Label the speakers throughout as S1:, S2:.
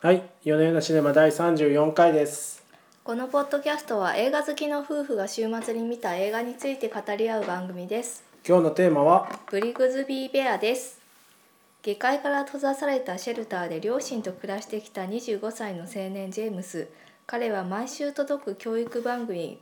S1: はい、夜の夜のシネマ第34回です。
S2: このポッドキャストは映画好きの夫婦が週末に見た映画について語り合う番組です
S1: 今日のテーマは、
S2: ブリグズビーベアです下界から閉ざされたシェルターで両親と暮らしてきた25歳の青年ジェームス彼は毎週届く教育番組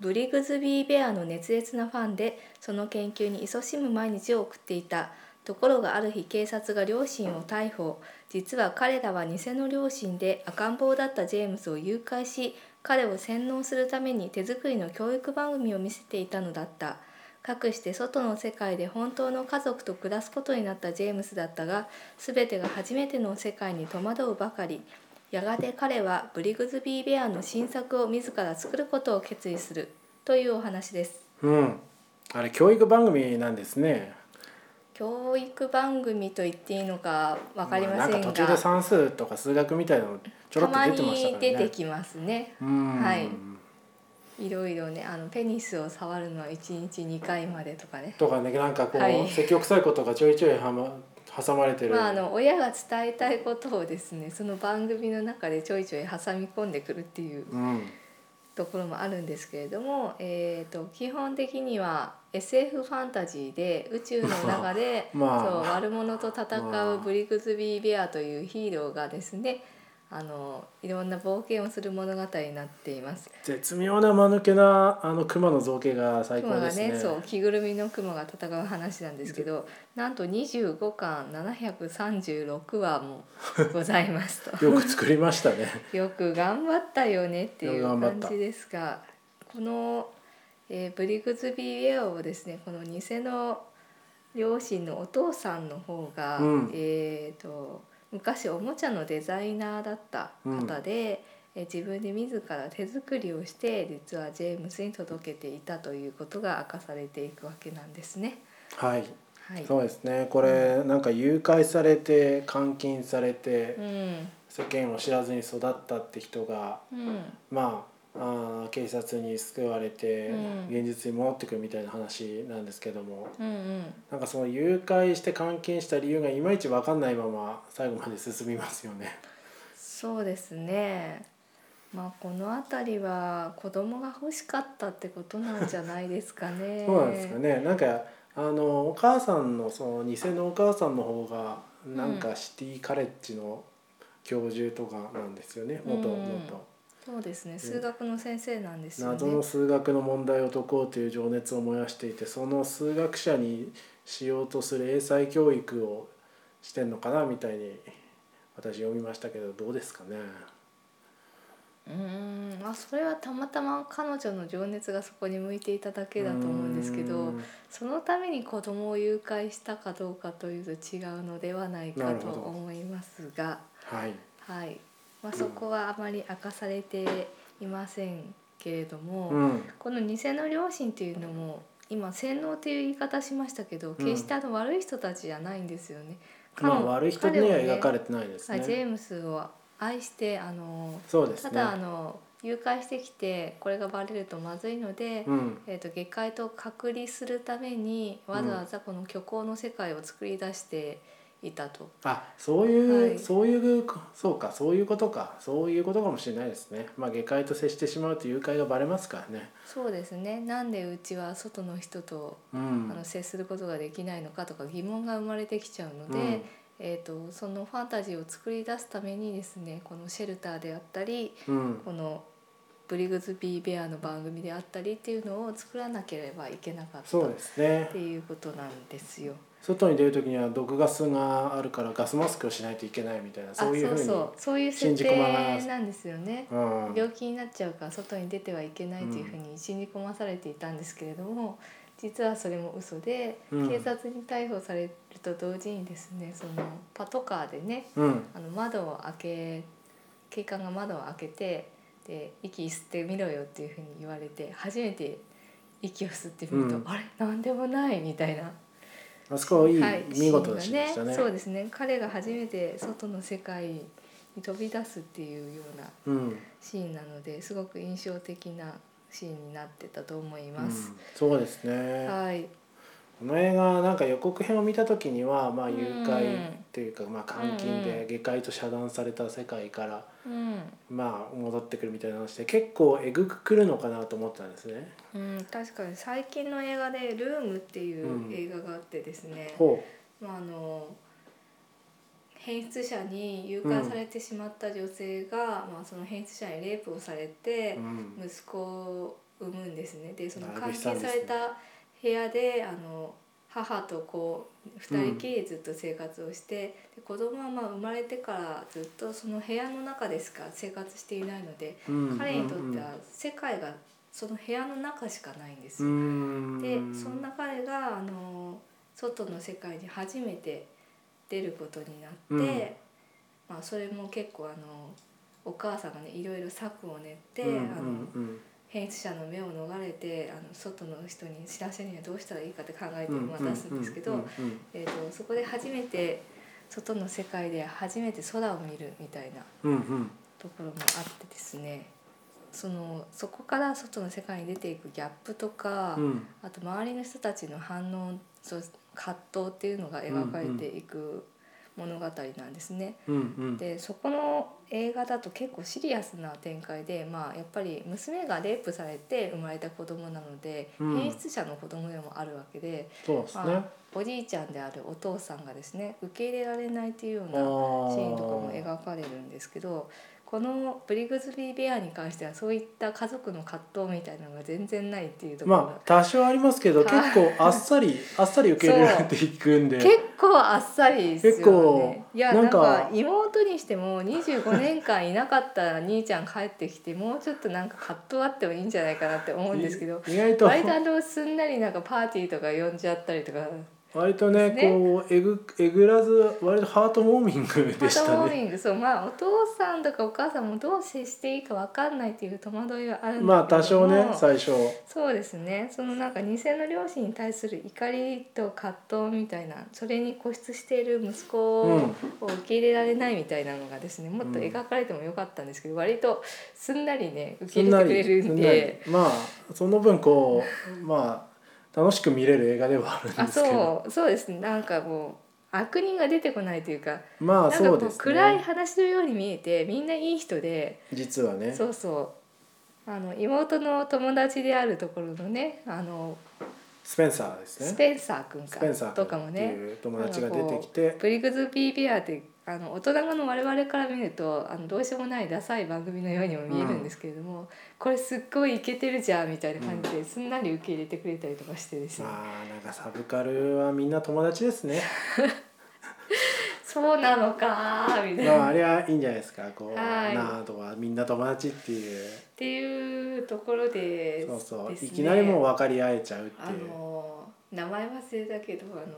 S2: ブリグズビーベアの熱烈なファンでその研究に勤しむ毎日を送っていたところがある日警察が両親を逮捕実は彼らは偽の両親で赤ん坊だったジェームスを誘拐し彼を洗脳するために手作りの教育番組を見せていたのだったかくして外の世界で本当の家族と暮らすことになったジェームスだったが全てが初めての世界に戸惑うばかりやがて彼はブリグズビー・ベアの新作を自ら作ることを決意するというお話です
S1: うん、あれ教育番組なんですね。
S2: 教育番組と言っていいのか分かりません
S1: な
S2: が、
S1: んか途中で算数とか数学みたいなのちょろ
S2: た
S1: っと出
S2: ま
S1: てましたか
S2: に
S1: らね。
S2: 出てきますね
S1: うん、
S2: はいいろいろねあのペニスを触るのは1日2回までとかね
S1: とかね、なんかこう、
S2: はい
S1: 積極臭いことがちょいちょいはま挟まれてる。
S2: まあ、あの親が伝えたいことをですねその番組の中でちょいちょい挟み込んでくるっていう
S1: うん、、
S2: ところもあるんですけれども、えー、と基本的には SF ファンタジーで宇宙の中で
S1: まあ
S2: そう悪者と戦
S1: まあ
S2: うブリグズビー・ベアというヒーローがですねあのいろんな冒険をする物語になっています。
S1: 絶妙な間抜けなあの熊の造形が最
S2: 熊
S1: 高で
S2: が
S1: すね。
S2: ねそう着ぐるみの雲が戦う話なんですけどなんと25巻736話もございますと。
S1: よく作りました ね。
S2: よく頑張ったよねっていう
S1: よく頑張っ
S2: 感
S1: た
S2: じですがこの、えーブリグズビー・ウェアをですねこの偽の両親のお父さんの方が、
S1: うん
S2: えー、と昔おもちゃのデザイナーだった方で、えー自分で自ら手作りをして実はジェームスに届けていたということが明かされていくわけなんですね。
S1: はい。
S2: はい、
S1: そうですね。これ、なんか誘拐されて監禁されて、
S2: うん
S1: 世間を知らずに育ったって人が
S2: うん
S1: まああー警察に救われて
S2: うん
S1: 現実に戻ってくるみたいな話なんですけども、
S2: うんうん
S1: なんかその誘拐して監禁した理由がいまいち分かんないまま最後まで進みますよね。
S2: そうですね。まあこの辺りは子供が欲しかったってことなんじゃないですかね。
S1: そうなんですか。ねなんかあのお母さんのその偽のお母さんの方がなん
S2: う
S1: かシティカレッジの教授とかなんですよね元
S2: うん
S1: 元。
S2: そうですね。数学の先生なんですよね。
S1: 謎の数学の問題を解こうという情熱を燃やしていてその数学者にしようとする英才教育をしてんのかなみたいに私読みましたけどどうですかね
S2: うーん。まあそれはたまたま彼女の情熱がそこに向いていただけだと思うんですけ
S1: う
S2: ど
S1: ん、
S2: そのために子供を誘拐したかどうかというと違うのではない
S1: な
S2: か
S1: る
S2: と
S1: ほど
S2: 思いますが、
S1: はい
S2: はい。まあそこはあまり明かされていませんけれども。
S1: うん
S2: この偽の両親っていうのも今洗脳っていう言い方しましたけど
S1: うん
S2: 決してあの悪い人たちじゃないんですよね。
S1: まあ
S2: 彼を
S1: 悪い人に
S2: 彼
S1: は
S2: をね
S1: 描かれてないです
S2: はいジェ
S1: ね
S2: ームスを愛してあの
S1: そうです
S2: た
S1: ね
S2: だあの誘拐してきてこれがバレるとまずいので、
S1: うん
S2: えー、と下界と隔離するためにわざわざこの虚構の世界を作り出していたと。
S1: あそういう、
S2: はい
S1: そういうそうかそういうことかそういうことかもしれないですねまあ下界と接してしまうと誘拐がバレますからね
S2: そうですねなんでうちは外の人と
S1: う
S2: あ
S1: ん
S2: の接することができないのかとか疑問が生まれてきちゃうので、
S1: うん
S2: えー、とそのファンタジーを作り出すためにですねこのシェルターであったり
S1: うん
S2: このブリグズビー・ベアの番組であったりっていうのを作らなければいけなかった
S1: そう
S2: っ
S1: ですね
S2: ていうことなんですよ。
S1: 外に出る時には毒ガスがあるからガスマスクをしないといけないみたいなそういうふ
S2: あ
S1: う
S2: そ
S1: に
S2: うそうそういう
S1: 新
S2: 設
S1: 宿マナー
S2: 定なんですよね。
S1: うん
S2: 病気になっちゃうから外に出てはいけないというふうに信じ込まされていたんですけれども実はそれも嘘で、
S1: うん
S2: 警察に逮捕されると同時にですねそのパトカーでね
S1: うん
S2: あの窓を開け警官が窓を開けてで息吸ってみろよっていうふうに言われて初めて息を吸ってみると、
S1: うん
S2: あれなんでもないみたいな、
S1: あそこはいい、
S2: はい
S1: 見事なシーンでしたね
S2: そうですね彼が初めて外の世界に飛び出すっていうような
S1: うん
S2: シーンなのですごく印象的なシーンになってたと思います。
S1: うんそうですね
S2: はい、
S1: この映画なんか予告編を見た時にはまあ
S2: う
S1: 誘
S2: ん
S1: 拐っていうかまあ監禁
S2: うんう
S1: で
S2: ん
S1: 下界と遮断された世界から
S2: うん
S1: まあ戻ってくるみたいな話で結構えぐくくるのかなと思ったんですね。
S2: うん、確かに最近の映画で「ルーム」っていう映画があってですね、
S1: ほ
S2: まあ、あの変質者に誘拐されてしまった女性が、まあ、その変質者にレイプをされて、
S1: う、うん、
S2: 息子を産むんですねでその
S1: だいぶ
S2: 監禁
S1: 悲惨ですね
S2: された部屋であの母と子2人きりでずっと生活をして、で子供はまあ生まれてからずっとその部屋の中でしか生活していないので、
S1: うん
S2: 彼にとっては世界がその部屋の中しかないんです
S1: う
S2: よ。
S1: ん
S2: でそんな彼があの外の世界に初めて出ることになって、
S1: うん
S2: まあ、それも結構あのお母さんがねいろいろ策を練って、
S1: うんうん
S2: あの
S1: うん
S2: 変質者の目を逃れてあの外の人に知らせるにはどうしたらいいかって考えて
S1: うん
S2: 渡すんですけど、
S1: うんうん
S2: えー、とそこで初めて外の世界で初めて空を見るみたいな
S1: うんうん
S2: ところもあってですねそのそこから外の世界に出ていくギャップとか、
S1: うん
S2: あと周りの人たちの反応そう葛藤っていうのが描かれていく物語なんですね。
S1: うんうん
S2: でそこの映画だと結構シリアスな展開で、まあ、やっぱり娘がレイプされて生まれた子供なので、
S1: うん
S2: 変質者の子供でもあるわけで、
S1: そうですね。
S2: まあおじいちゃんであるお父さんがですね受け入れられないっていうよう
S1: あ
S2: なシーンとかも
S1: ー
S2: 描かれるんですけどこの「ブリグズビー・ベア」に関してはそういった家族の葛藤みたいなのが全然ないっていうところが、
S1: まあ多少ありますけど
S2: はい
S1: 結構あっさりあっさり受け入れられていくんで
S2: 結構あっさりですよね
S1: 結構
S2: いや
S1: な
S2: な
S1: んん
S2: か
S1: か
S2: 妹にしても25年間いなかった兄ちゃん帰ってきてもうちょっとなんか葛藤あってもいいんじゃないかなって思うんですけど
S1: い意外と
S2: 割とあのすんなりなんかパーティーとか呼んじゃったりとかハ
S1: 割とね
S2: ですね
S1: こうえぐえぐらず割とハートウォーミングでし
S2: ートウ
S1: た
S2: ォー
S1: ね。
S2: ミングそうまあお父さんとかお母さんもどう接していいかわかんないっていう戸惑いはあるんだけども
S1: まあ多少ね最初
S2: そうですねそのなんか偽の両親に対する怒りと葛藤みたいなそれに固執している息子
S1: う
S2: を
S1: ん
S2: 受け入れられないみたいなのがですねもっと描かれてもよかったんですけど割とすんなりね受け
S1: すん
S2: 入
S1: な
S2: れてくれ
S1: り
S2: る
S1: す
S2: ん
S1: んなり
S2: で。
S1: まあその分こうまあ楽しく見れる映画ではあるん
S2: あ
S1: ですけど
S2: そうそうですねなんかもう悪人が出てこないというか
S1: まあ
S2: なんか
S1: そう
S2: こ
S1: で
S2: う
S1: す
S2: 暗い
S1: ね
S2: 話のように見えてみんないい人で
S1: 実はね
S2: そうそうあの妹の友達であるところのねあの
S1: スペンサーですね
S2: スペンサー君
S1: スペンサ
S2: かと
S1: ー
S2: か
S1: 君
S2: も
S1: って
S2: ね
S1: いう友達が出てきて
S2: ブリグズビー・ベアってあの大人の我々から見るとあのどうしようもないダサい番組のようにも見えるんですけれども、これすっごいイケてるじゃんみたいな感じですんなり受け入れてくれたりとかしてですね、
S1: まあなんかサブカルはみんな友達です ね。
S2: そうなのかーみたいな、
S1: まああれはいいんじゃないですか。こう
S2: はい
S1: ナードはみんな友達っていう。
S2: っていうところで
S1: そうそう。
S2: ですね
S1: いきなりもう分かり合えちゃうって
S2: あ
S1: いう。
S2: の名前忘れたけどあの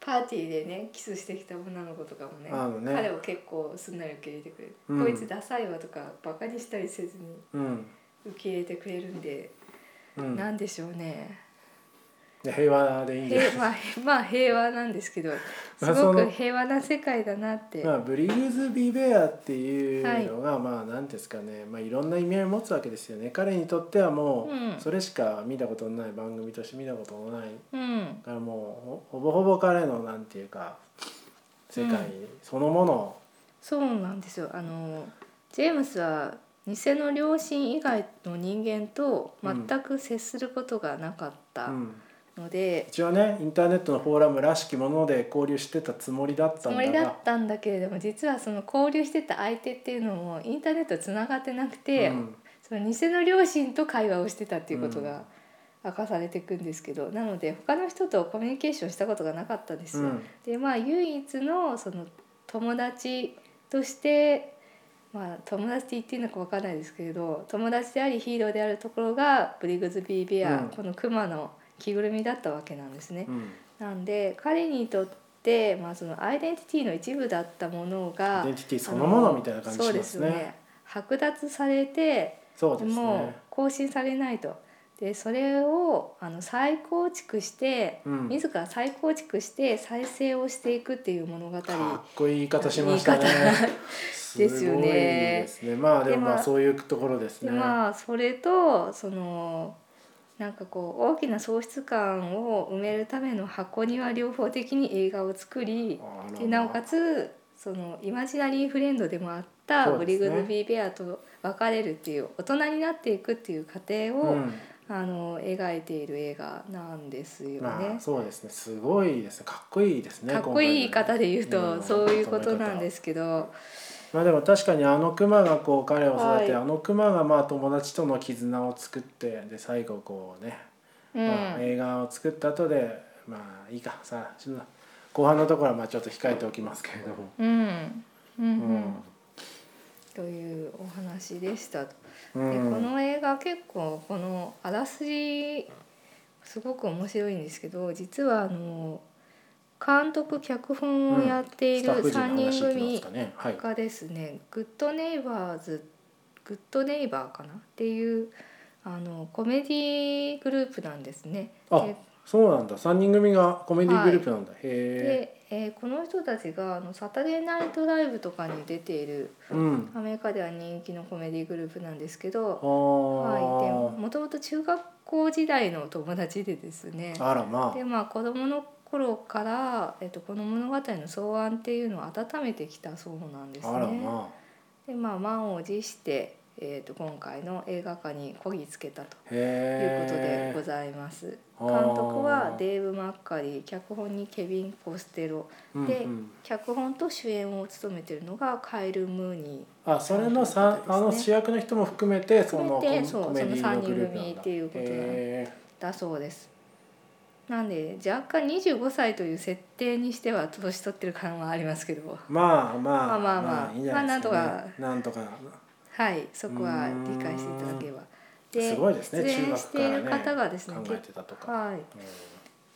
S2: パーティーでねキスしてきた女の子とかもね
S1: あのね
S2: 彼を結構すんなり受け入れてくれる、
S1: うん
S2: こいつダサいわとかバカにしたりせずに
S1: うん。
S2: 受け入れてくれるんで。
S1: うん。
S2: なんでしょうね。
S1: で平和でいいんじゃない
S2: へまあ、へ まあ平和なんですけど、すご
S1: そ
S2: く
S1: の
S2: 平和な世界だなって。
S1: まあブリグズビーベアっていうのが、まあ何ですかね、まあ、いろんな意味合いを持つわけですよね彼にとってはも
S2: うん
S1: うそれしか見たことのない番組として見たことのない
S2: うん、
S1: からもうほほぼほぼ彼のなんていうか世界そのものを
S2: そうなんですよ。あのジェームスは偽の両親以外の人間と全く接することがなかった
S1: うん
S2: ので、
S1: 一応ねインターネットのフォーラムらしきもので交流してたつもりだった
S2: つ
S1: ん
S2: も
S1: だ
S2: りだっ
S1: が
S2: たんだけれども、実はその交流してた相手っていうのもインターネットつながってなくて、
S1: うん
S2: その偽の両親と会話をしてたっていうことが明かされていくんですけど、なので他の人とコミュニケーションしたことがなかったんですよ。
S1: うん
S2: でまあ唯一のその友達としてまあ友達って言っていいのかわからないですけれど友達でありヒーローであるところがブリグズビー・ベア、
S1: うん
S2: このクマの着ぐるみだったわけなんですね。
S1: うん
S2: なんで彼にとって、まあ、そのアイデンティティの一部だったもの
S1: ア
S2: が
S1: イデンティティそのものみたいな感じ
S2: そう
S1: し
S2: で
S1: ます
S2: す
S1: ね。
S2: ね剥奪されて
S1: そうです
S2: もう
S1: ね。
S2: 更新されないと。でそれをあの再構築して、
S1: うん
S2: 自ら再構築して再生をしていくっていう物語
S1: かっこいい言い方しましたね
S2: 言い方。
S1: す
S2: ですよ
S1: ご
S2: ね
S1: いですね。まあでも
S2: でま
S1: ま
S2: あ
S1: あそういうところです
S2: で
S1: ね。
S2: まあそれとそのなんかこう大きな喪失感を埋めるための箱庭療法的に映画を作り
S1: あら
S2: でなおかつそのイマジナリーフレンドでもあった
S1: そう
S2: グ
S1: で
S2: リ
S1: すね
S2: グズビー・ベアと別れるっていう大人になっていくっていう過程
S1: う
S2: を、
S1: ん
S2: あの描いている映画なんですよ
S1: まあ
S2: ね。
S1: そうですねすごいですねかっこいいですね
S2: かっこいい言い
S1: 今回の
S2: 方で言うと、
S1: うん
S2: そういうことなんですけど、
S1: まあでも確かにあのクマがこう彼を育て、
S2: はい
S1: あのクマがまあ友達との絆を作ってで最後こうね、
S2: うん
S1: まあ、映画を作った後でまあいいかさあちょっと後半のところはまあちょっと控えておきますけれども、
S2: うんうんう
S1: う
S2: ん
S1: ん
S2: というお話でしたと。
S1: う
S2: でこ
S1: ん、
S2: の映画結構このあらすじすごく面白いんですけど実はあの監督脚本をやってい
S1: スタッ
S2: る
S1: フ陣
S2: 3
S1: の話
S2: 人
S1: いきま
S2: 組
S1: すかねはい
S2: がですね「グッドネイバーズ」「グッドネイバー」かなっていうあのコメディグループなんですね。
S1: あ
S2: で
S1: そうなんだ三人組がコメディグループなんだ、へ
S2: で、えーこの人たちがあの「サタデーナイトライブ」とかに出ている
S1: えうん
S2: アメリカでは人気のコメディグループなんですけど
S1: あ、ー、
S2: はい、でもともと中学校時代の友達でですね
S1: あらま
S2: でまあ子供の頃から、えっと、この物語の草案っていうのを温めてきたそうなんです
S1: ああら
S2: ね。
S1: ま
S2: でまあ満を持して、えっと今回の映画化にこぎつけた
S1: あ
S2: ということ
S1: へ
S2: で
S1: え
S2: ございます。
S1: あ
S2: 監
S1: ー
S2: 督はデーブ・マッカリー脚本にケビン・コステロで
S1: うんうん
S2: 脚本と主演を務めているのがカイル・ムーニー
S1: あそれのさ、
S2: そういうこと
S1: あの
S2: ですね
S1: 主役の人も含めてその
S2: 含めて
S1: コ
S2: そう
S1: コメディ
S2: そ
S1: の
S2: の三人
S1: グループなん
S2: 組
S1: だ
S2: っていうことなんだ
S1: へ
S2: だそうですなんで若干25歳という設定にしては年取ってる感はありますけど
S1: ーまあまあ
S2: まあまあまあ
S1: いいんじゃないですか、ね
S2: まあ
S1: なんとか
S2: はいそこは理解していただければです
S1: ごいですね
S2: 出
S1: 中
S2: 演
S1: 学
S2: し
S1: から
S2: てい
S1: ね
S2: る方がですね
S1: 考えてたと
S2: 結
S1: か、
S2: 構は
S1: うん
S2: い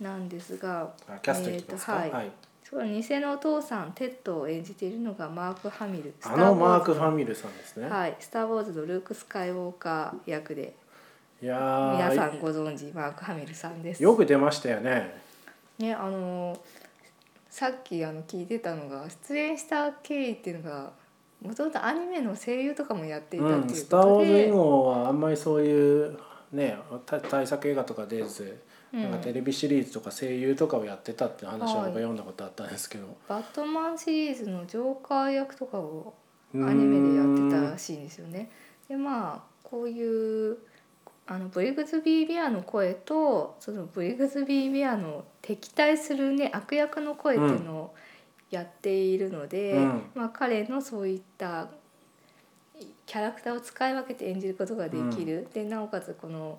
S2: なんですが
S1: あキャストいきますか、
S2: えーとはいその偽のお父さんテッドを演じているのがマーク・ハミル
S1: あのマーク・
S2: ス
S1: ファミルさんです
S2: タ
S1: ね、
S2: ー・はい、スター・ウォーズのルーク・スカイウォーカー役で
S1: い、やー
S2: 皆さんご存知マーク・ハミルさんです
S1: よく出ましたよね
S2: ねあのーさっきあの聞いてたのが出演した経緯っていうのがもともとアニメの声優とかもやっていたっていううこと
S1: ん「
S2: で、
S1: スター・ウォーズ」以後はあんまりそういうねた対策映画とか出ず、
S2: うん
S1: なんかテレビシリーズとか声優とかをやってたって話を僕は読んだことあったんですけど、
S2: バットマンシリーズのジョーカー役とかをア
S1: ア
S2: ニメでやってたらしいんですよね。でまあこういうあのブリグズビー・ベアの声とそのブリグズビー・ベアの敵対するね悪役の声っていうのをやっているので、
S1: うん
S2: まあ、彼のそういったキャラクターを使い分けて演じることができる、でなおかつこの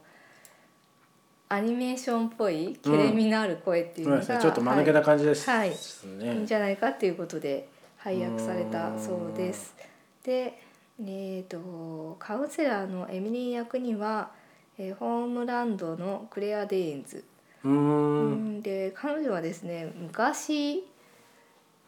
S2: アニメーションっぽいケレミのある声っていう
S1: そう
S2: のが、
S1: ですね、ちょっと間抜けな感じです,、
S2: はい
S1: ね。
S2: いいんじゃないかっていうことで配役されたそうです。で、えー、とカウンセラーのエミリー役には、えーホームランドのクレア・デインズ、
S1: うーん
S2: うんで彼女はですね昔、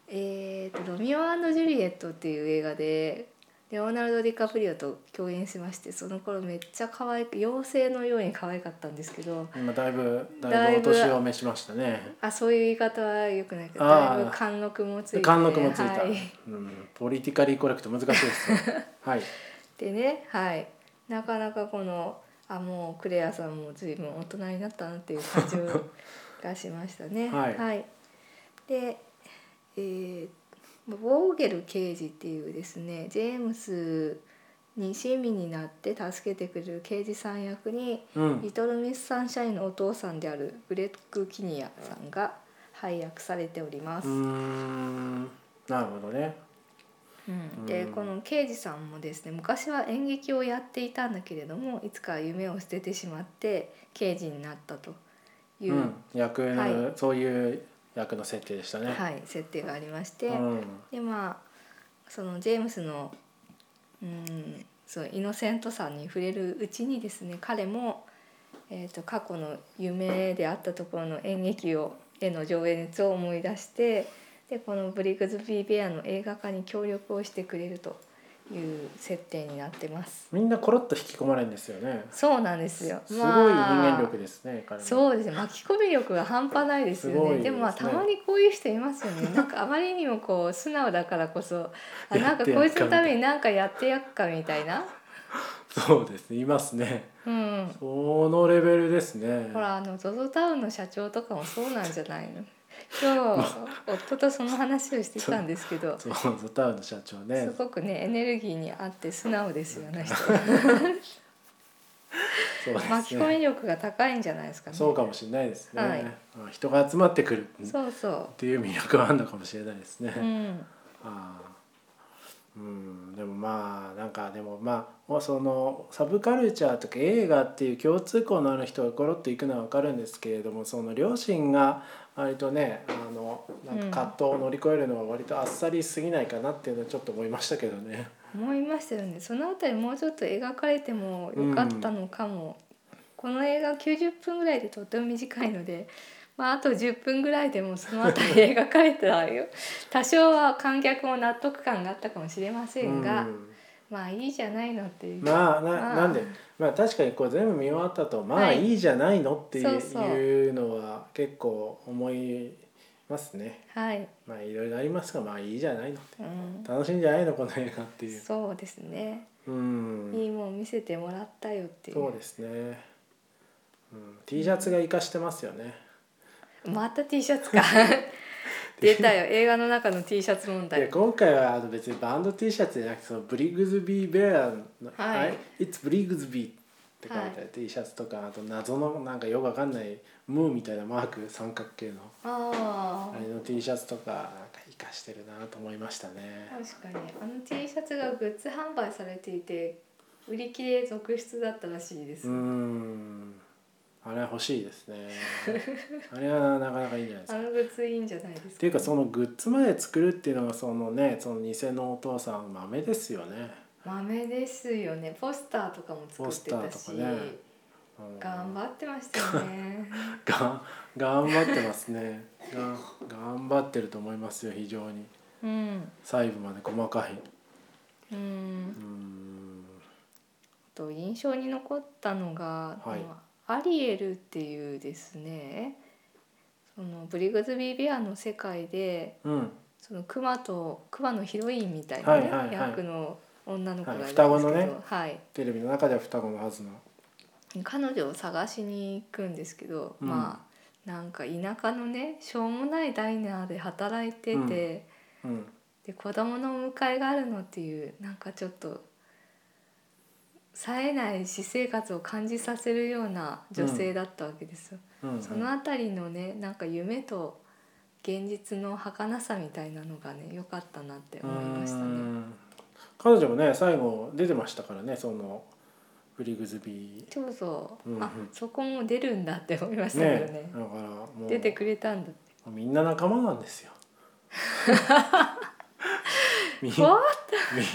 S2: えーと「ロミオジュリエット」っていう映画でレオナルド・ディカプリオと共演しましてその頃めっちゃ可愛く妖精のように可愛かったんですけど。
S1: 今だいぶだ
S2: だ
S1: い
S2: い
S1: ぶ
S2: ぶ
S1: お年を召しましたね。
S2: あそういう言い方はよくないけど
S1: あ
S2: だ
S1: ー
S2: いぶ貫禄もついて
S1: 貫禄もついた、
S2: はい
S1: うん、ポリティカリーコレクト難しいです ね。はい。
S2: でねはいなかなかこのあもうクレアさんも随分大人になったなっていう感じをがしましたね。
S1: はい
S2: で、えーボーゲル刑事っていうですねジェームスに親身になって助けてくれる刑事さん役に、
S1: う
S2: リ
S1: ん。
S2: トル・ミス・サンシャインのお父さんであるグレッグ・キニアさんが配役されております。
S1: うーん。なるほどね。
S2: うんで
S1: うん
S2: この刑事さんもですね昔は演劇をやっていたんだけれどもいつか夢を捨ててしまって刑事になったというう、
S1: ん。役の、
S2: は
S1: そういう役の設定でしたね。
S2: はい、設定がありまして、
S1: うん。
S2: でまあそのジェームスのうんそのイノセントさに触れるうちにですね彼も、えー、と過去の夢であったところの演劇をへの情熱を思い出してでこの「ブリグズビー・ベア」の映画化に協力をしてくれるという設定になってます。
S1: みんなコロッと引き込まれるんですよね。
S2: そうなんですよ。
S1: すごい人間力ですね。彼の
S2: そうですね巻き込み力が半端ないですよね
S1: すごいですね
S2: でもまあたまにこういう人いますよね なんかあまりにもこう素直だからこそあなんかこいつのために何かやってやっかみたいな
S1: そうですねいますね
S2: うん
S1: そのレベルですね
S2: ほらあの ZOZO タウンの社長とかもそうなんじゃないの今日夫とその話をしてたんですけど
S1: そうゾタウンの社長ね
S2: すごくねエネルギーにあって素直ですよね人
S1: そうですね
S2: 巻き込み力が高いんじゃないですかね
S1: そうかもしれないですね、
S2: はい
S1: あ人が集まってくるっ
S2: そうそ
S1: ていう魅力はあるのかもしれないですね、
S2: ううん
S1: ああうんでもまあなんかでもまあそのサブカルチャーとか映画っていう共通項のある人がコロッといくのは分かるんですけれどもその両親が割とねあのなんか葛藤を乗り越えるのは割とあっさりすぎないかなっていうのはちょっと思いましたけどね。
S2: 思いましたよねそのあたりもうちょっと描かれてもよかったのかも、この映画90分ぐらいでとっても短いので、まあ、あと10分ぐらいでもそのあたり描かれてた よ多少は観客も納得感があったかもしれませんが、
S1: うん
S2: まあいいじゃないのっていう、
S1: まあな
S2: まあ
S1: なんでまあ確かにこれ全部見終わったとまあ
S2: はい
S1: いいじゃないのってい
S2: そうそう
S1: うのは結構思いますね。
S2: はい、
S1: まあいろいろありますがまあいいじゃないのって
S2: うん、
S1: 楽しいんじゃないのこの映画っていう。
S2: そうですね、
S1: うん、
S2: いいもん見せてもらったよっていう
S1: そうですね。うん、T シャツが活かしてますよね。
S2: また T シャ ツか出たよ映画の中の T シャツ問
S1: いや
S2: 題
S1: 今回はあの別にバンド T シャツじゃなくてそのブリグズビー・ベアの「
S2: はい
S1: It's ブリグズビー」って書いてある T シャツとかあと謎のなんかよくわかんないムーみたいなマーク三角形の
S2: あ
S1: あ
S2: あ
S1: れの T シャツとかなんか活かしてるなと思いましたね。
S2: 確かにあの T シャツがグッズ販売されていて売り切れ続出だったらしいです、
S1: うーんあれは欲しいです ね。あれはなかなかいいんじゃないですか
S2: あ。のグッズいいんじゃないですか、
S1: っていうかそのグッズまで作るっていうのがそのねその偽のお父さん豆ですよね。
S2: 豆ですよねポスターとかも作ってた
S1: ポス
S2: し、
S1: ターとかねうん
S2: 頑張ってました よね
S1: が頑張ってますね。が頑張ってると思いますよ非常に
S2: うん
S1: 細部まで細かい。う
S2: う
S1: んーん
S2: あと印象に残ったのが、
S1: はい
S2: アリエルっていうですねそのブリグズビー・ベアの世界で
S1: うん
S2: その熊と熊のヒロインみたいな、ね
S1: はいはいはい
S2: 役の女の子がいるんですけど、
S1: はい双子のね
S2: はい、
S1: テレビの中では双子のはずの。
S2: 彼女を探しに行くんですけど、
S1: うん
S2: まあなんか田舎のねしょうもないダイナーで働いてて、
S1: うん
S2: で
S1: うん
S2: 子供のお迎えがあるのっていうなんかちょっと冴えない私生活を感じさせるような女性だったわけですよ。
S1: うんうん、
S2: そのあたりのねなんか夢と現実の儚さみたいなのがね良かったなって思いました
S1: うー
S2: ね。
S1: ん彼女もね最後出てましたからねそのブリグズビ
S2: そうそう、
S1: うんうん
S2: あそこも出るんだって思いまし
S1: ー
S2: たけど
S1: ね
S2: ね
S1: だからもう
S2: 出てくれたんだって
S1: みんな仲間なんですよ。み ん
S2: わ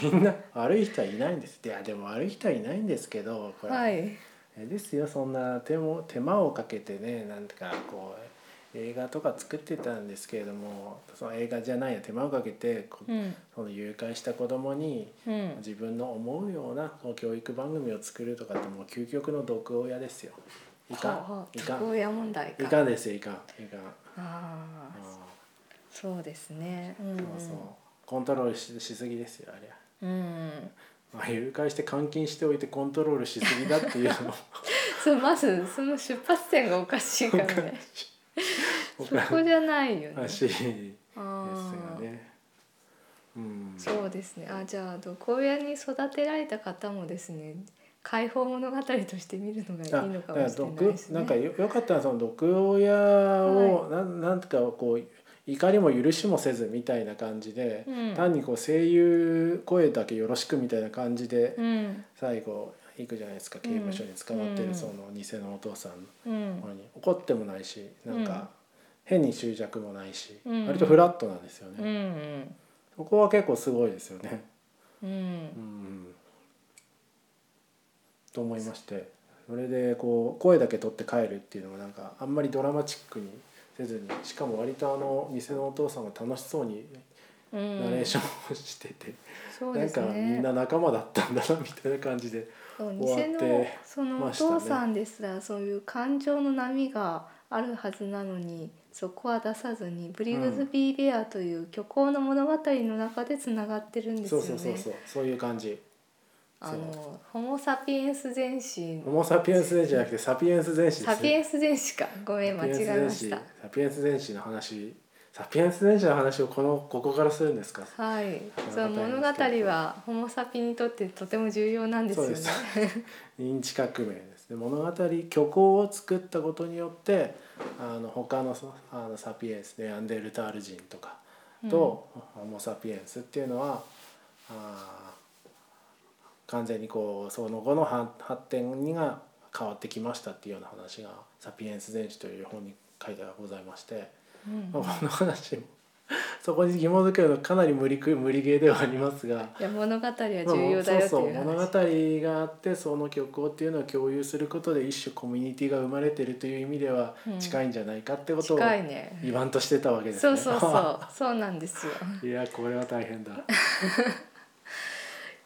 S1: みんな悪い人はいないんですいやでも悪い人はいないんですけどこれ、
S2: はい、
S1: えですよそんな手も手間をかけてねなんてかこう映画とか作ってたんですけれどもその映画じゃないや手間をかけてこ
S2: うん
S1: その誘拐した子供に
S2: うん、
S1: 自分の思うようなこう教育番組を作るとかってもう究極の毒親ですよ。いか
S2: ほうほ
S1: ん
S2: う
S1: いか
S2: 毒
S1: ん
S2: 親問題か
S1: いかんですよいかんいかん。
S2: あ
S1: あ
S2: あ
S1: ー
S2: そうですねうん
S1: そうそうコントロールししすぎですよあれは、
S2: うん、
S1: まあ、誘拐して監禁しておいてコントロールしすぎだっていう のも
S2: そうまずその出発点がおかしいからね
S1: お
S2: そこ
S1: か
S2: じゃないよね
S1: しいですよ
S2: ああ、
S1: ねうん
S2: そうですねあじゃあ毒親に育てられた方もですね解放物語として見るのが
S1: あ
S2: いいのか
S1: だから
S2: もしれない
S1: 毒
S2: です
S1: な
S2: ね
S1: んかよよかったのはその毒親を、なんなんとかこう怒りも許しもせずみたいな感じで、
S2: うん
S1: 単にこう声優声だけよろしくみたいな感じで
S2: うん
S1: 最後行くじゃないですか刑務所に捕まって
S2: うん
S1: るその偽のお父さんの
S2: うん
S1: のに怒ってもないしなん
S2: うん
S1: か変に執着もないし、
S2: うん
S1: 割とフラットなんですよ
S2: う
S1: ね、
S2: ん
S1: そこは結構すごいですよね、
S2: う
S1: うんん、と思いましてそれでこう声だけ取って帰るっていうのもなんかあんまりドラマチックにせずにしかも割とあの偽のお父さんが楽しそうに
S2: うん
S1: ナレーシ
S2: ョン
S1: ョンをしてて、
S2: そう
S1: な
S2: で
S1: ん
S2: す
S1: か
S2: ね
S1: みんな仲間だったんだなみたいな感じで
S2: そう
S1: 終わって
S2: 偽のそのお
S1: ましたね
S2: 父さんですらそういう感情の波があるはずなのにそこは出さずに「ブリグズビー・ベア」という虚構の物語の中でつながってるんです
S1: そ
S2: よ
S1: う
S2: ね。
S1: そうそうそうそういう感じ
S2: あ
S1: そ
S2: のホモ・サピエンス全身
S1: ホモ・サピエンス全史じゃなくてサピエンス全史です
S2: サピエンス全史かごめん間違えました
S1: サピエンス全史の話サピエンス全史の話をこのここからするんですか
S2: はいその
S1: 物語
S2: 物語はホモ・サピにとってとても重要なんですよね
S1: そう 認知革命ですね物語虚構を作ったことによってあの他のそあのサピエンスネアンデルタール人とかと、ホモ・サピエンスっていうのはあー完全にこうその後の発発展が変わってきましたっていうような話が「サピエンス全史」という本に書いてございまして、
S2: うんう
S1: ま
S2: ん
S1: あこの話もそこに紐づけるのはかなり無理く無理ゲーではありますが。
S2: いや物語は重要だよって
S1: そ
S2: い
S1: そ
S2: うう
S1: う
S2: 話、
S1: 物語があってその虚構っていうのを共有することで一種コミュニティが生まれてるという意味では
S2: うん
S1: 近いんじゃないかってことを
S2: 近いね
S1: 言わんとしてたわけです
S2: そ
S1: ね。
S2: うそうそうそうなんですよ
S1: いやこれは大 変だ。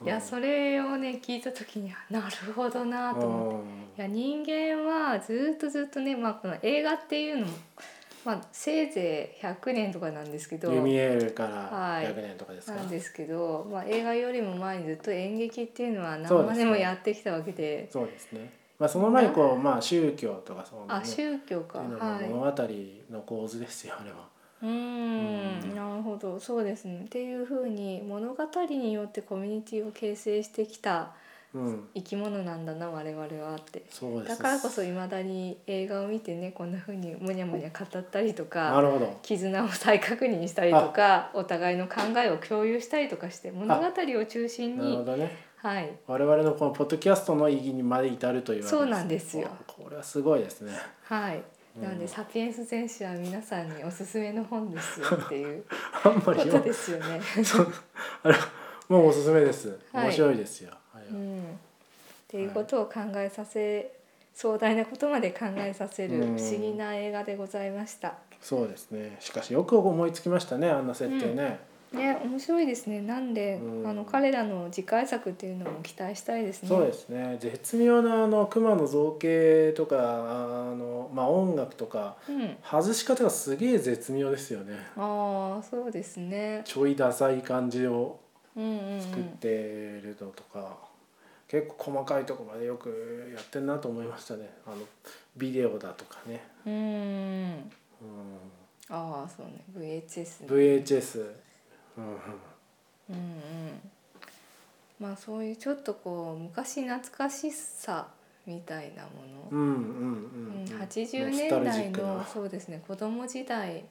S2: いや
S1: れ
S2: それをね聞いた時になるほどなと思っていや人間はずっとずっとね、まあ、この映画っていうのも、まあ、せいぜい100年とかなんですけど
S1: ルミエールから
S2: はい
S1: 100年とかですか。
S2: なんですけど、まあ、映画よりも前にずっと演劇っていうのは
S1: そう
S2: 何
S1: で
S2: ます
S1: ね
S2: でもやってきたわけで
S1: そうですね。まあその前にこうまあ宗教とかそのね
S2: あ宗教
S1: って
S2: か
S1: いうのも
S2: はい
S1: 物語の構図ですよあれは。
S2: うーん
S1: うん
S2: なるほどそうですねっていうふうに物語によってコミュニティを形成してきた
S1: うん。
S2: 生き物なんだな我々はって
S1: そうです。
S2: だからこそいまだに映画を見てねこんなふうにもにゃもにゃ語ったりと
S1: な
S2: か
S1: るほど。
S2: 絆を再確認したりとかお互いの考えを共有したりとかして物語を中心
S1: なるほ
S2: に
S1: どね。
S2: はい
S1: 我々のこのポッドキャストの意義にまで至るというわけ
S2: そうなんですよ
S1: これはすごいですね。
S2: はい。
S1: うん
S2: なので、サピエンス全史は皆さんにおすすめの本ですよっていう
S1: あんま
S2: こ
S1: り
S2: と
S1: よ
S2: ですよ ね。
S1: あれもうおすすめです。
S2: はい
S1: 面白いですよ。あれは
S2: うん、っていうことを考えさせ壮大なことまで考えさせる
S1: うん
S2: 不思議な映画でございました。
S1: そうですね。しかしよく思いつきましたね。あんな設定ね。
S2: ね面白いですね。なんで、
S1: うん
S2: あの彼らの次回作っていうのも期待したいですね。
S1: そうですね。絶妙なあの熊の造形とかあのまあ音楽とか
S2: うん。
S1: 外し方がすげえ絶妙ですよね。
S2: ああそうですね。
S1: ちょいダサい感じを
S2: うんうん、うん。
S1: 作ってるのとか、結構細かいとこまでよくやってんなと思いましたねあのビデオだとかね、
S2: うん。
S1: う
S2: ああそうね VHS ね。
S1: ん、VHS、うん
S2: うんうん、まあそういうちょっとこう昔懐かしさみたいなも
S1: う
S2: の、
S1: ん、うんう
S2: う
S1: んうんうん
S2: ん80
S1: ノスタ
S2: 年
S1: ルジ
S2: 代
S1: ック
S2: の
S1: な
S2: そうですね子供時代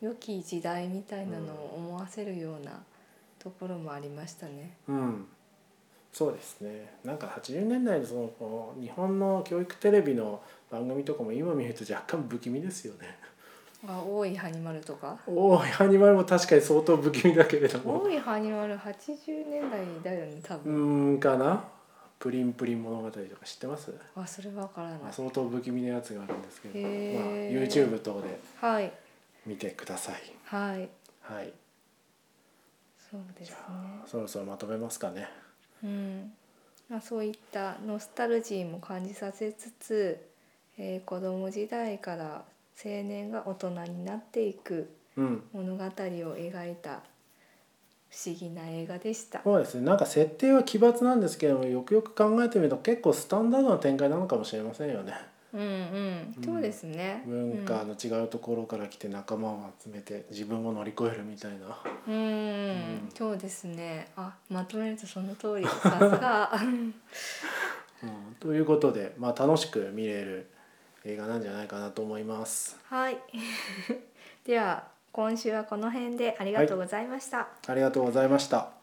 S2: 良き時代みたいなのを思わせるようなところもありましたね。
S1: うんそうですねなんか80年代のそのこう日本の教育テレビの番組とかも今見ると若干不気味ですよね。
S2: あ多いハニマルとか
S1: おおアニマルも確かに相当不気味だけれども
S2: 多いハニマル80年代だよね多
S1: う
S2: 分、
S1: ーんかなプリンプリン物語とか知ってます
S2: あそれわからない
S1: まあ、相当不気味なやつがあるんですけど、
S2: へ
S1: まあ、
S2: ー
S1: YouTube 等で
S2: はい
S1: 見てください。
S2: はい
S1: はい、
S2: そうですね
S1: そろそろまとめますかね。
S2: うんまあ、そういったノスタルジーも感じさせつつ、えー子供時代から青年が大人になっていく
S1: うん、
S2: 物語を描いた不思議な映画でした。
S1: そうですね。なんか設定は奇抜なんですけども、よくよく考えてみると結構スタンダードな展開なのかもしれませんよね。
S2: うんうん
S1: う、ん
S2: そうですね。
S1: 文化の違うところから来て仲間を集めて自分を乗り越えるみたいな。
S2: うん、うん
S1: うん
S2: そうですね。あ、まとめるとその通り。さすが。
S1: うん、ということで、まあ楽しく見れる映画なんじゃないかなと思います。
S2: はい。 では今週はこの辺でありがとうございました。
S1: ありがとうございました。